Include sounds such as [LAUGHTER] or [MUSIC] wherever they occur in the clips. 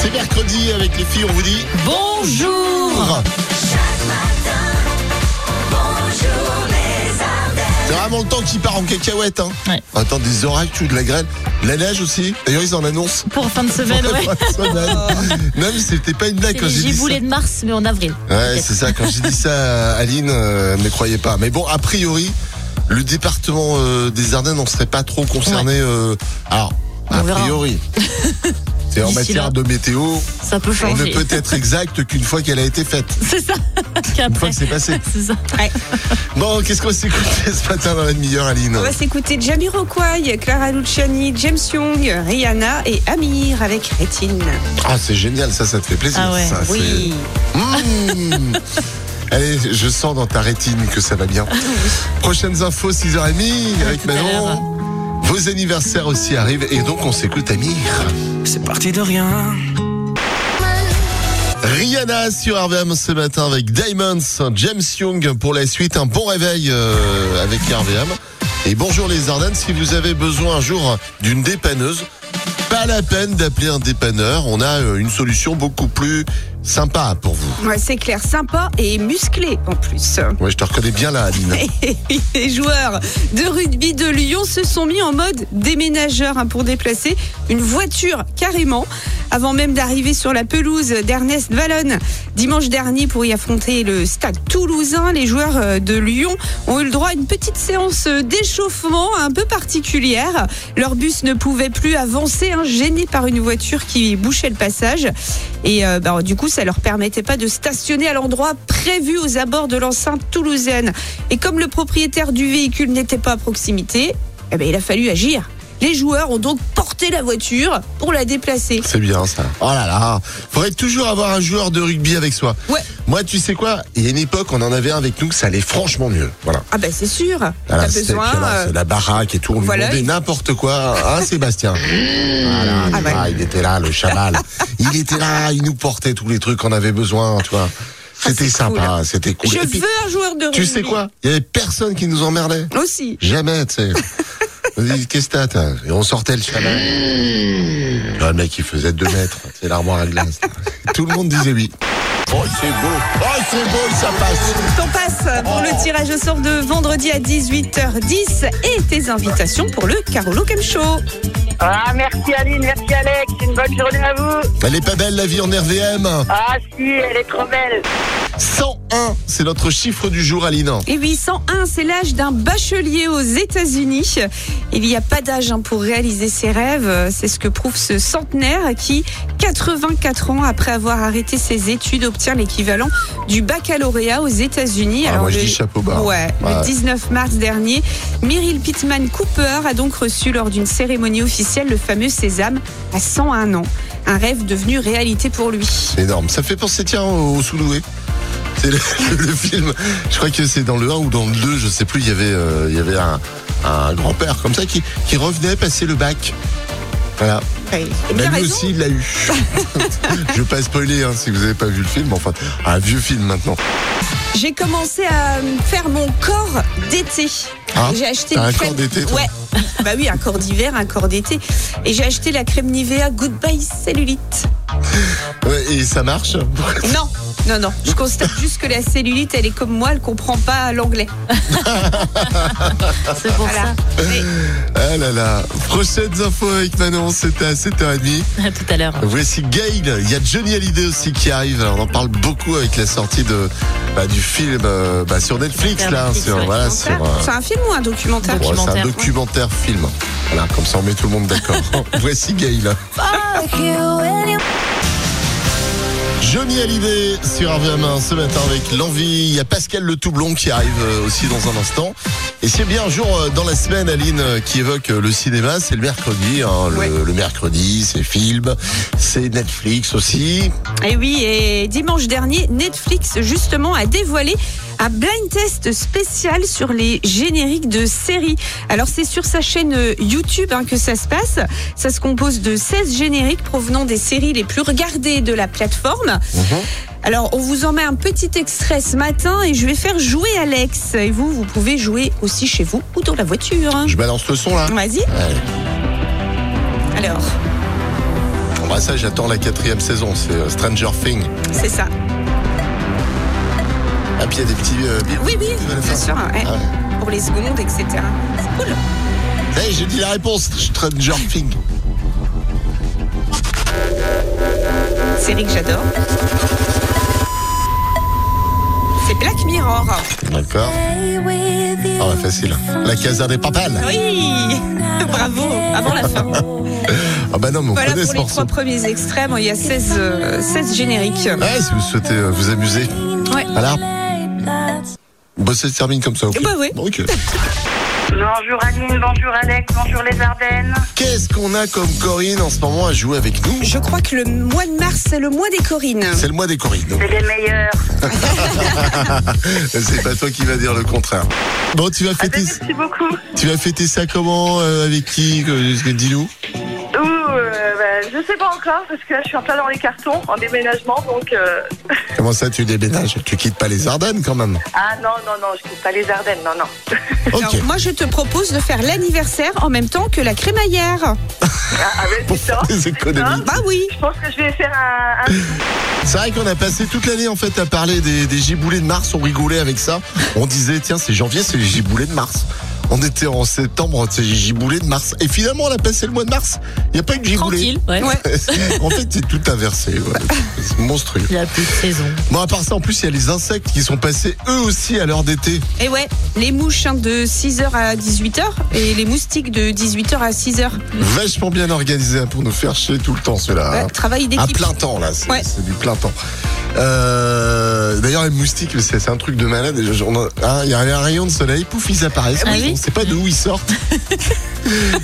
C'est mercredi avec les filles, on vous dit Bonjour C'est vraiment le temps qui part en cacahuète. Hein. Ouais. Attends, des orages, tout de la grêle. La neige aussi. D'ailleurs, ils en annoncent. Pour fin de semaine, [LAUGHS] ouais. Oh. non, mais c'était pas une blague C'est quand les j'ai dit ça. giboulées de mars, mais en avril. Ouais, c'est ça. Quand j'ai dit ça à Aline, euh, ne me croyez pas. Mais bon, a priori, le département euh, des Ardennes, on serait pas trop concerné. euh, alors, On a verra. [LAUGHS] priori. C'est en D'ici matière là. de météo, Ça peut on ne changer. peut être exact qu'une fois qu'elle a été faite, [LAUGHS] C'est ça. une fois Qu'après. que c'est [LAUGHS] passé. C'est ça. Bon, qu'est-ce qu'on s'écoute ce matin dans la demi-heure, Aline On va s'écouter Jamiroquai, Clara Luciani, James Young, Rihanna et Amir avec Rétine. Ah, c'est génial, ça, ça te fait plaisir. Ah ouais, ça, c'est- Oui. [LAUGHS] Mmh. Allez, je sens dans ta rétine que ça va bien. Prochaines infos, 6h30 avec Ah tout à l'heure. Manon. Vos anniversaires aussi arrivent et donc on s'écoute Amir. C'est parti de rien. Rihanna sur RVM ce matin avec Diamonds, James Young pour la suite. Un bon réveil euh, avec RVM. Et bonjour les Ardennes, si vous avez besoin un jour d'une dépanneuse, pas la peine d'appeler un dépanneur. On a euh, une solution beaucoup plus sympa pour vous. Ouais, c'est clair, sympa et musclé en plus. [LAUGHS] Ouais, je te reconnais bien là, Aline. Les joueurs de rugby de Lyon se sont mis en mode déménageur hein, pour déplacer une voiture carrément avant même d'arriver sur la pelouse d'Ernest Vallon. Dimanche dernier, pour y affronter le stade toulousain, les joueurs euh, de Lyon ont eu le droit à une petite séance euh, d'échauffement un peu particulière. Leur bus ne pouvait plus avancer, hein, gêné par une voiture qui bouchait le passage. Et euh, bah, du coup, ça leur permettait pas de stationner à l'endroit prévu aux abords de l'enceinte toulousaine. Et comme le propriétaire du véhicule n'était pas à proximité, eh ben, il a fallu agir. Les joueurs ont donc porté la voiture pour la déplacer. C'est bien ça. Oh là là. Faudrait toujours avoir un joueur de rugby avec soi. Ouais. Moi, tu sais quoi Il y a une époque, on en avait un avec nous, que ça allait franchement mieux. Voilà. Ah ben c'est sûr, Voilà, t'as c'était besoin. violence, euh, la baraque et tout, on lui voilà, demandait il- n'importe quoi. [LAUGHS] Hein, Sébastien Voilà, tu Ah ouais. vois, il était là, le chaval. il était là, il nous portait tous les trucs qu'on avait besoin, tu vois. C'était Ah, c'est cool. sympa, c'était cool. Je Et puis, veux un joueur de rugby. tu sais quoi Il y avait personne qui nous emmerdait. Aussi. Jamais, tu [LAUGHS] sais. On dit, qu'est-ce que t'as, t'as Et on sortait le chalet. Tu vois, Le mec, il faisait 2 mètres. C'est l'armoire à glace. Tout le monde disait oui. Oh, c'est beau. Oh, c'est beau, ça passe. T'en passes pour le tirage au sort de vendredi à 18h10 et tes invitations pour le Carolo Cam Show. Ah, merci Aline, merci Alex, une bonne journée à vous. Elle est pas belle, la vie en RVM. Ah si, elle est trop belle. 101, c'est notre chiffre du jour, Aline. Et oui, 101, c'est l'âge d'un bachelier aux États-Unis. Il n'y a pas d'âge hein, pour réaliser ses rêves. C'est ce que prouve ce centenaire qui, 84 ans après avoir arrêté ses études, obtient l'équivalent du baccalauréat aux États-Unis. Ah, moi, je le- dis chapeau bas. Ouais, Ouais. le 19 mars dernier, Meryl Pittman Cooper a donc reçu lors d'une cérémonie officielle le fameux sésame à 101 ans. Un rêve devenu réalité pour lui. C'est énorme. Ça fait penser, tiens, au Sous-Loué. C'est le, [LAUGHS] le film. Je crois que c'est dans le 1 ou dans le 2, je sais plus. Il y avait, euh, il y avait un, un grand-père comme ça qui, qui revenait passer le bac. Voilà. Ouais, il a Mais bien lui raison. aussi, il l'a [LAUGHS] eu. je vais pas spoiler hein, si vous n'avez pas vu le film. Enfin, un vieux film maintenant. J'ai commencé à faire mon corps d'été. Ah, j'ai acheté t'as une un crème- corps d'été, toi Ouais. [LAUGHS] Bah oui, un corps d'hiver, un corps d'été. Et j'ai acheté la crème Nivea Goodbye cellulite. Ouais, et ça marche Non, non, non. Je constate juste que la cellulite, elle est comme moi, elle comprend pas l'anglais. C'est pour Voilà. Ah là là. Prochaines infos avec Manon, c'était à 7h30. ça. À tout à l'heure. Voici Gail. Il y a Johnny Hallyday aussi qui arrive. Alors, on en parle beaucoup avec la sortie de, bah, du film euh, bah, sur Netflix. Sur Là, Netflix, sur, ouais. voilà, C'est sur, euh, un film ou un documentaire Ouais, c'est un Documentaire. documentaire film. Voilà, comme ça on met tout le monde d'accord. [LAUGHS] Voici Gail. Johnny Hallyday sur RVM1 ce matin avec l'envie. Il y a Pascal Le Toublon qui arrive euh, aussi dans un instant. Et c'est bien un jour euh, dans la semaine, Aline, euh, qui évoque euh, le cinéma, c'est le mercredi. hein. le, Ouais. le mercredi, c'est film, c'est Netflix aussi. Et Eh oui, et dimanche dernier, Netflix justement a dévoilé un blind test spécial sur les génériques de séries. Alors c'est sur sa chaîne euh, YouTube hein, que ça se passe. Ça se compose de 16 génériques provenant des séries les plus regardées de la plateforme. Alors on vous en met un petit extrait ce matin et je vais faire jouer Alex. Et vous, vous pouvez jouer aussi chez vous ou dans la voiture. hein. Je balance le son là. Vas-y. Alors, On bah ça, j'attends la quatrième saison. C'est euh, Stranger Things. C'est ça. Ah, puis il y a des petits. euh, bip- Oui, oui, bip à la bien fin. sûr. ouais. Ah ouais. Pour les secondes, etc. C'est cool. Hey, Eh, j'ai dit la réponse. Stranger Things. Série que j'adore. C'est Black Mirror. D'accord. Ah, ouais, facile. La Casa des Papal. Ah Oui [LAUGHS] Bravo Avant la fin. Ah, bah non, mais on Voilà connaît pour ce les morceau. trois premiers extrêmes. Il y a 16, euh, 16 génériques. Ouais, si vous souhaitez euh, vous amuser. Ouais. Voilà. Bah, ça se termine comme ça. ok. Bah ouais. Ok. Bonjour Aline, bonjour Alex, bonjour les Ardennes. Qu'est-ce qu'on a comme Corinne en ce moment à jouer avec nous Je crois que le mois de mars, c'est le mois des Corines. C'est le mois des Corinnes. donc C'est les meilleurs. [LAUGHS] Ah, C'est pas toi qui vas dire le contraire. Bon, tu vas Ah, ben, fêter, merci beaucoup. tu vas fêter ça comment euh, Avec qui que- que- Dis-nous. Ouh, euh, ben, je sais pas encore parce que là, je suis en plein dans les cartons en déménagement donc. euh, Comment ça, tu déménages Tu quittes pas les Ardennes quand même Ah non, non, non, je quitte pas les Ardennes, non, non. Ok. Alors, moi, je te propose de faire l'anniversaire en même temps que la crémaillère. Ah, ah, ben, Pour c'est ça. faire des économies. Bah oui Je pense que je vais faire [LAUGHS] un. un- C'est vrai qu'on a passé toute l'année en fait à parler des, des giboulées de mars. On rigolait avec ça. On disait tiens, c'est janvier, c'est les giboulées de mars. On était en septembre, c'est les giboulées de mars. Et finalement, on a passé le mois de mars. Il n'y a pas eu de giboulées. Tranquille, ouais. [LAUGHS] Ouais. en fait, c'est tout inversé. ouais. C'est monstrueux. Il n'y a plus de saison. [LAUGHS] Bon, à part ça, en plus, il y a les insectes qui sont passés eux aussi à l'heure d'été. Et Eh ouais, les mouches hein, de 6h à 18h et les moustiques de 18h à 6h. Vachement bien organisé hein, pour nous faire chier tout le temps, ceux-là. hein. Ouais, travail À d'équipe. plein temps, là. C'est Ouais. c'est du plein temps. Euh, D'ailleurs, les moustiques, c'est c'est un truc de malade. Et je- on a- hein, Il y a un rayon de soleil, pouf, ils apparaissent. Ah oui. On ne sait pas d'où ils [LAUGHS] sortent. [LAUGHS]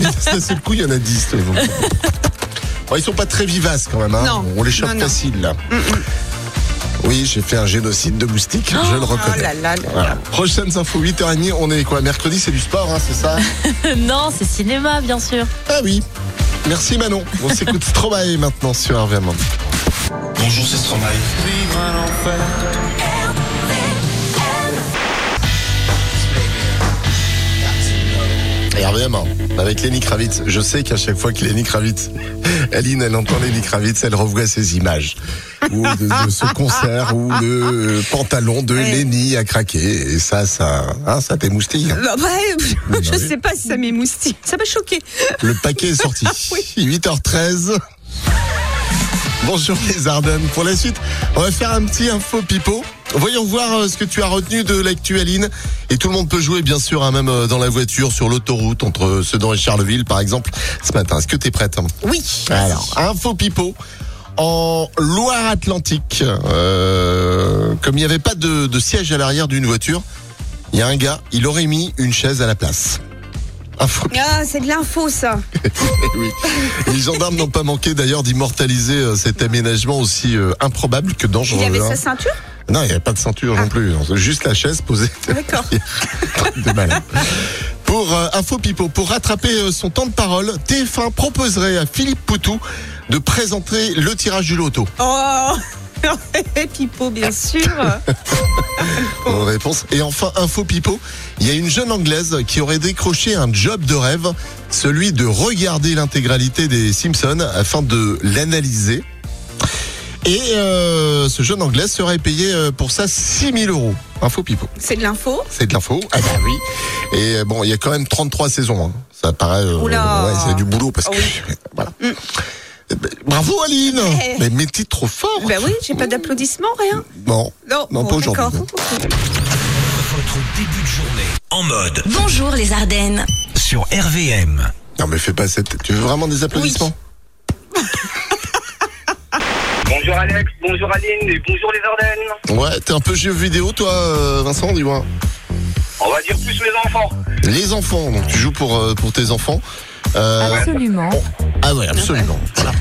D'un seul coup, il y en a 10. tous les moments. Bon, ils sont pas très vivaces quand même. hein. Non. On les chope Non, Mm, non. facile, là. Oui, j'ai fait un génocide de moustiques, je le reconnais. Oh là là là. Voilà. Prochaine info, 8h30, on est quoi Mercredi, c'est du sport, hein, c'est ça non, c'est cinéma, bien sûr. Ah oui. Merci Manon. On s'écoute Stromae maintenant sur RVM. Bonjour, c'est Stromae. Et RVM avec Lenny Kravitz. Je sais qu'à chaque fois que Lenny Kravitz, Aline, elle entend Lenny Kravitz, elle revoit ses images. Ou de, de ce concert où le pantalon de Ouais. Lenny a craqué. Et ça, ça, hein, ça t'émoustille. hein. Bah ouais, [LAUGHS] je oui. sais pas si ça m'émoustille. Ça m'a choqué. Le paquet est sorti. 8h13. Bonjour les Ardennes. Pour la suite, on va faire un petit info pipo. Voyons voir euh, ce que tu as retenu de l'actu Aline. Et tout le monde peut jouer, bien sûr, hein, même euh, dans la voiture, sur l'autoroute, entre Sedan et Charleville, par exemple, ce matin. Est-ce que tu es prête hein Oui. Alors, info pipo. En Loire-Atlantique, euh, comme il n'y avait pas de, de siège à l'arrière d'une voiture, il y a un gars, il aurait mis une chaise à la place. Info Ah, c'est de l'info ça. Oh oui. Les gendarmes n'ont pas manqué d'ailleurs d'immortaliser euh, cet aménagement aussi euh, improbable que dangereux. Il avait Ah. hein. sa ceinture Non, il n'y avait pas de ceinture non plus. hein. Juste la chaise posée. [LAUGHS] [LAUGHS] D'accord. Truc de malade. Pour euh, Info Pipo, pour rattraper euh, son temps de parole, TF1 proposerait à Philippe Poutou de présenter le tirage du loto. Oh [LAUGHS] Pipo, bien sûr. Bonne réponse. Et enfin, Info Pipo, il y a une jeune Anglaise qui aurait décroché un job de rêve, celui de regarder l'intégralité des Simpsons afin de l'analyser. Et euh, ce jeune Anglais serait payé euh, pour ça 6000 euros. Info Pipo, C'est de l'info. c'est de l'info. Ah bah oui. Et euh, bon, il y a quand même 33 saisons. hein. Ça paraît... euh, Oula. ouais, c'est du boulot parce que... [LAUGHS] voilà. Eh ben, Bravo Aline Ouais. Mais métier trop fort Eh. Bah oui, j'ai pas d'applaudissements, rien. Bon, Non, Oh. Non, bon, pas aujourd'hui. d'accord. Votre début de journée en mode Bonjour les Ardennes. sur RVM. non mais fais pas cette... Tu veux vraiment des applaudissements Bonjour Alex, bonjour Aline et bonjour les Ardennes. Ouais, t'es un peu jeu vidéo, toi, euh, Vincent, dis-moi. On va dire plus mes enfants. Les enfants, donc tu joues pour, euh, pour tes enfants. Euh, Absolument. ah ouais, absolument. Voilà.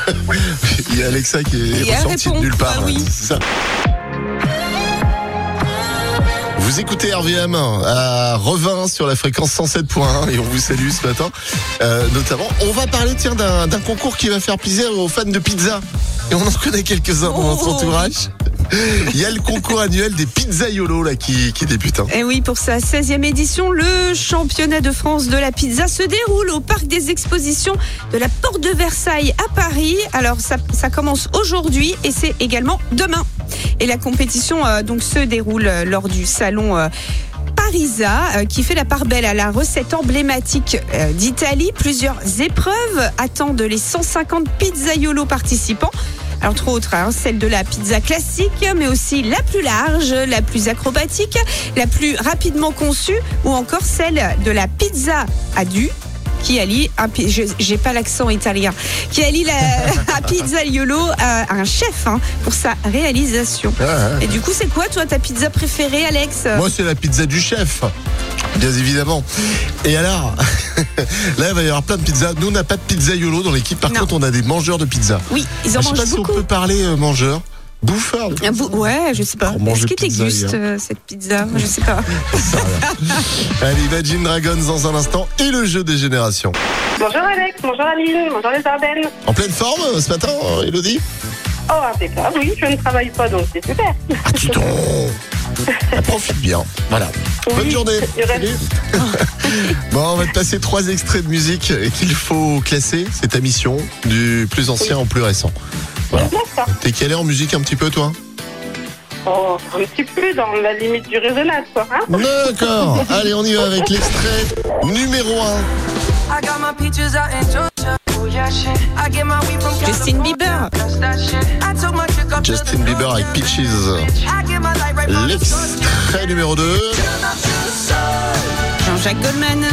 [LAUGHS] Il y a Alexa qui Et est elle ressortie de répond. nulle part. Ah là, oui. c'est ça. Vous écoutez RVM euh, à Revin sur la fréquence 107.1 et on vous salue ce matin. Euh, notamment, on va parler tiens d'un d'un concours qui va faire plaisir aux fans de pizza. Et on en connaît quelques-uns dans notre Oh. entourage. Il y a le concours annuel des pizzaiolos là qui, qui débute. hein. Et Eh oui, pour sa 16e édition, le championnat de France de la pizza se déroule au parc des expositions de la Porte de Versailles à Paris. Alors ça, ça commence aujourd'hui et c'est également demain. Et la compétition euh, donc se déroule euh, lors du salon euh, Parisa, euh, qui fait la part belle à la recette emblématique euh, d'Italie. Plusieurs épreuves attendent les 150 pizzaiolos participants. Alors, entre autres, hein, celle de la pizza classique, mais aussi la plus large, la plus acrobatique, la plus rapidement conçue, ou encore celle de la pizza à du qui allie un pi- je- j'ai pas l'accent italien qui allie la, [LAUGHS] à pizzaiolo à un chef hein, pour sa réalisation. Ah, ouais. Et du coup, c'est quoi toi ta pizza préférée, Alex Moi, c'est la pizza du chef, bien évidemment. Et alors, [LAUGHS] là, il va y avoir plein de pizzas. Nous, on n'a pas de pizza YOLO dans l'équipe. Par Non. contre, on a des mangeurs de pizza. Ah, Oui, ils Je en sais pas mangent si on beaucoup. peut parler euh, mangeur. Bouffeur. Ah, vous- ouais, je sais pas. On mange Est-ce des qu'ils pizzas dégustent hier. euh, cette pizza Je sais pas. Allez, Imagine Dragons dans un instant et le jeu des générations. Bonjour Alex, bonjour Aline, bonjour les Ardennes. En pleine forme euh, ce matin, euh, [LAUGHS] Elodie Oh, impeccable, oui, je ne travaille pas donc c'est super. Ah, tu t'en... Ah, Profite bien. Voilà. Bonne Oui, journée. il reste- Salut. [LAUGHS] bon, on va te passer trois extraits de musique qu'il faut classer. C'est ta mission, du plus ancien au plus récent. D'accord. T'es calé en musique un petit peu, toi Oh, un petit peu dans la limite du raisonnable, quoi. Hein D'accord. Allez, on y va avec l'extrait numéro 1. I got my peaches out in Georgia. Oh yeah, shit. I get my weed from Justin Bieber. Justin Bieber avec Peaches. L'extrait numéro 2. Jean-Jacques Goldman.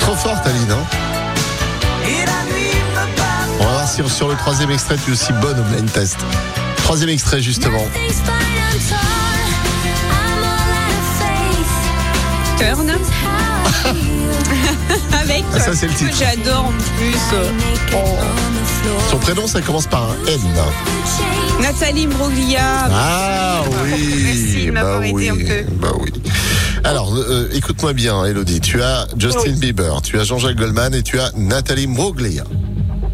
Trop forte, Aline. hein. on va voir si sur le troisième extrait, tu es aussi bonne au blind test. Troisième extrait, justement. Turn. [LAUGHS] Avec Ah, ça, c'est le que titre. j'adore en plus. euh, Son prénom, ça commence par un N. Nathalie Broglia. Ah oui. Merci de m'avoir bah aidé oui. un peu. Bah oui. Alors, euh, écoute-moi bien, Elodie. Tu as Justin Bieber, tu as Jean-Jacques Goldman et tu as Nathalie Broglia.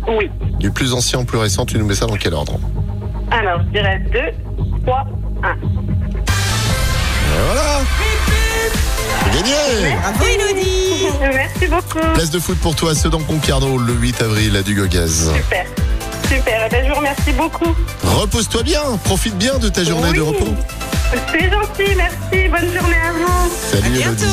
Oui. Du plus ancien au plus récent, tu nous mets ça dans quel ordre Alors, je dirais 2, 3, 1. Et voilà C'est gagné Bravo, Elodie. Merci beaucoup. Place de foot pour toi, Sedan Concarneau, le 8 avril à Dugogaz. Super. Super. Eh ben, je vous remercie beaucoup. Repose-toi bien, profite bien de ta journée de Oui. repos. C'est gentil, merci. Bonne journée à vous. Salut bientôt. Elodie.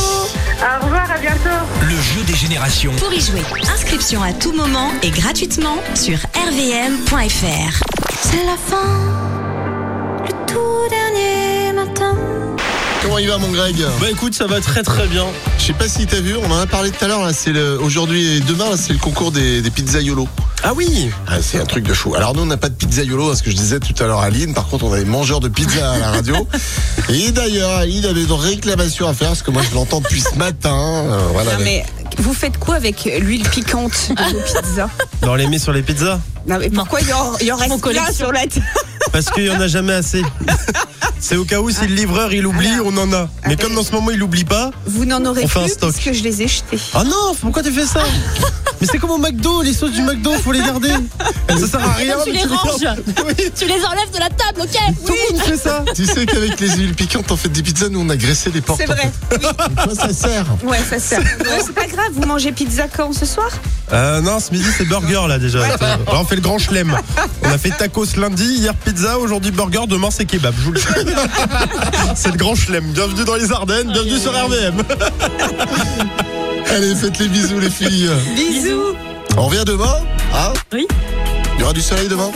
Au revoir, à bientôt. Le jeu des générations. Pour y jouer, inscription à tout moment et gratuitement sur rvm.fr. C'est la fin, le tout dernier matin. Comment il va mon Greg Bah écoute, ça va très très bien. Je sais pas si t'as vu, on en a parlé tout à l'heure, là, c'est le- aujourd'hui et demain, là, c'est le concours des, des pizzaiolos. Ah oui Ah, c'est un truc de chou. Alors nous, on n'a pas de pizzaiolo, à ce que je disais tout à l'heure à Aline. Par contre, on a des mangeurs de pizza à la [LAUGHS] radio. Et d'ailleurs, Aline avait une réclamation à faire, parce que moi, je l'entends depuis ce matin. Euh, voilà. Non, Ah, mais vous faites quoi avec l'huile piquante de vos pizzas On les met sur les pizzas Non, mais pourquoi il y en- il y en Mon reste plein collection. sur la table Parce qu'il n'y en a jamais assez. C'est au cas où si le livreur il oublie, on en a. Mais comme dans ce moment il oublie pas. Vous n'en aurez On fait un plus stock. parce que je les ai jetées. Ah non, pourquoi tu fais ça Mais c'est comme au McDo, les sauces du McDo, faut les garder. Ça sert à rien. tu mais les ranges. gardes. [LAUGHS] Oui, Tu les enlèves de la table, ok tout le monde fait ça. Tu sais qu'avec les huiles piquantes, en fait, des pizzas, nous, on a graissé des portes. C'est vrai. Quoi, ça sert Ouais, ça sert. Ouais, c'est pas grave, vous mangez pizza quand ce soir Euh, non, ce midi c'est burger là déjà. Là, on fait le grand chelem. On a fait tacos lundi, hier pizza, aujourd'hui burger, demain c'est kebab. Je vous le dis. [LAUGHS] C'est le grand chelem. Bienvenue dans les Ardennes, bienvenue sur RVM. Allez, faites les bisous, les filles. Bisous. On revient demain Hein Oui. Il y aura du soleil demain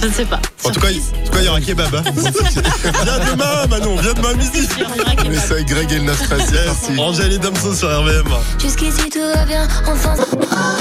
Je ne sais pas. En tout cas, il- en tout cas, il y aura kebab. hein. viens demain, Manon, viens demain à midi. On est ça avec Greg et le 9 Merci. Angèle et Damso sur RVM. Jusqu'ici tout va bien, enfin.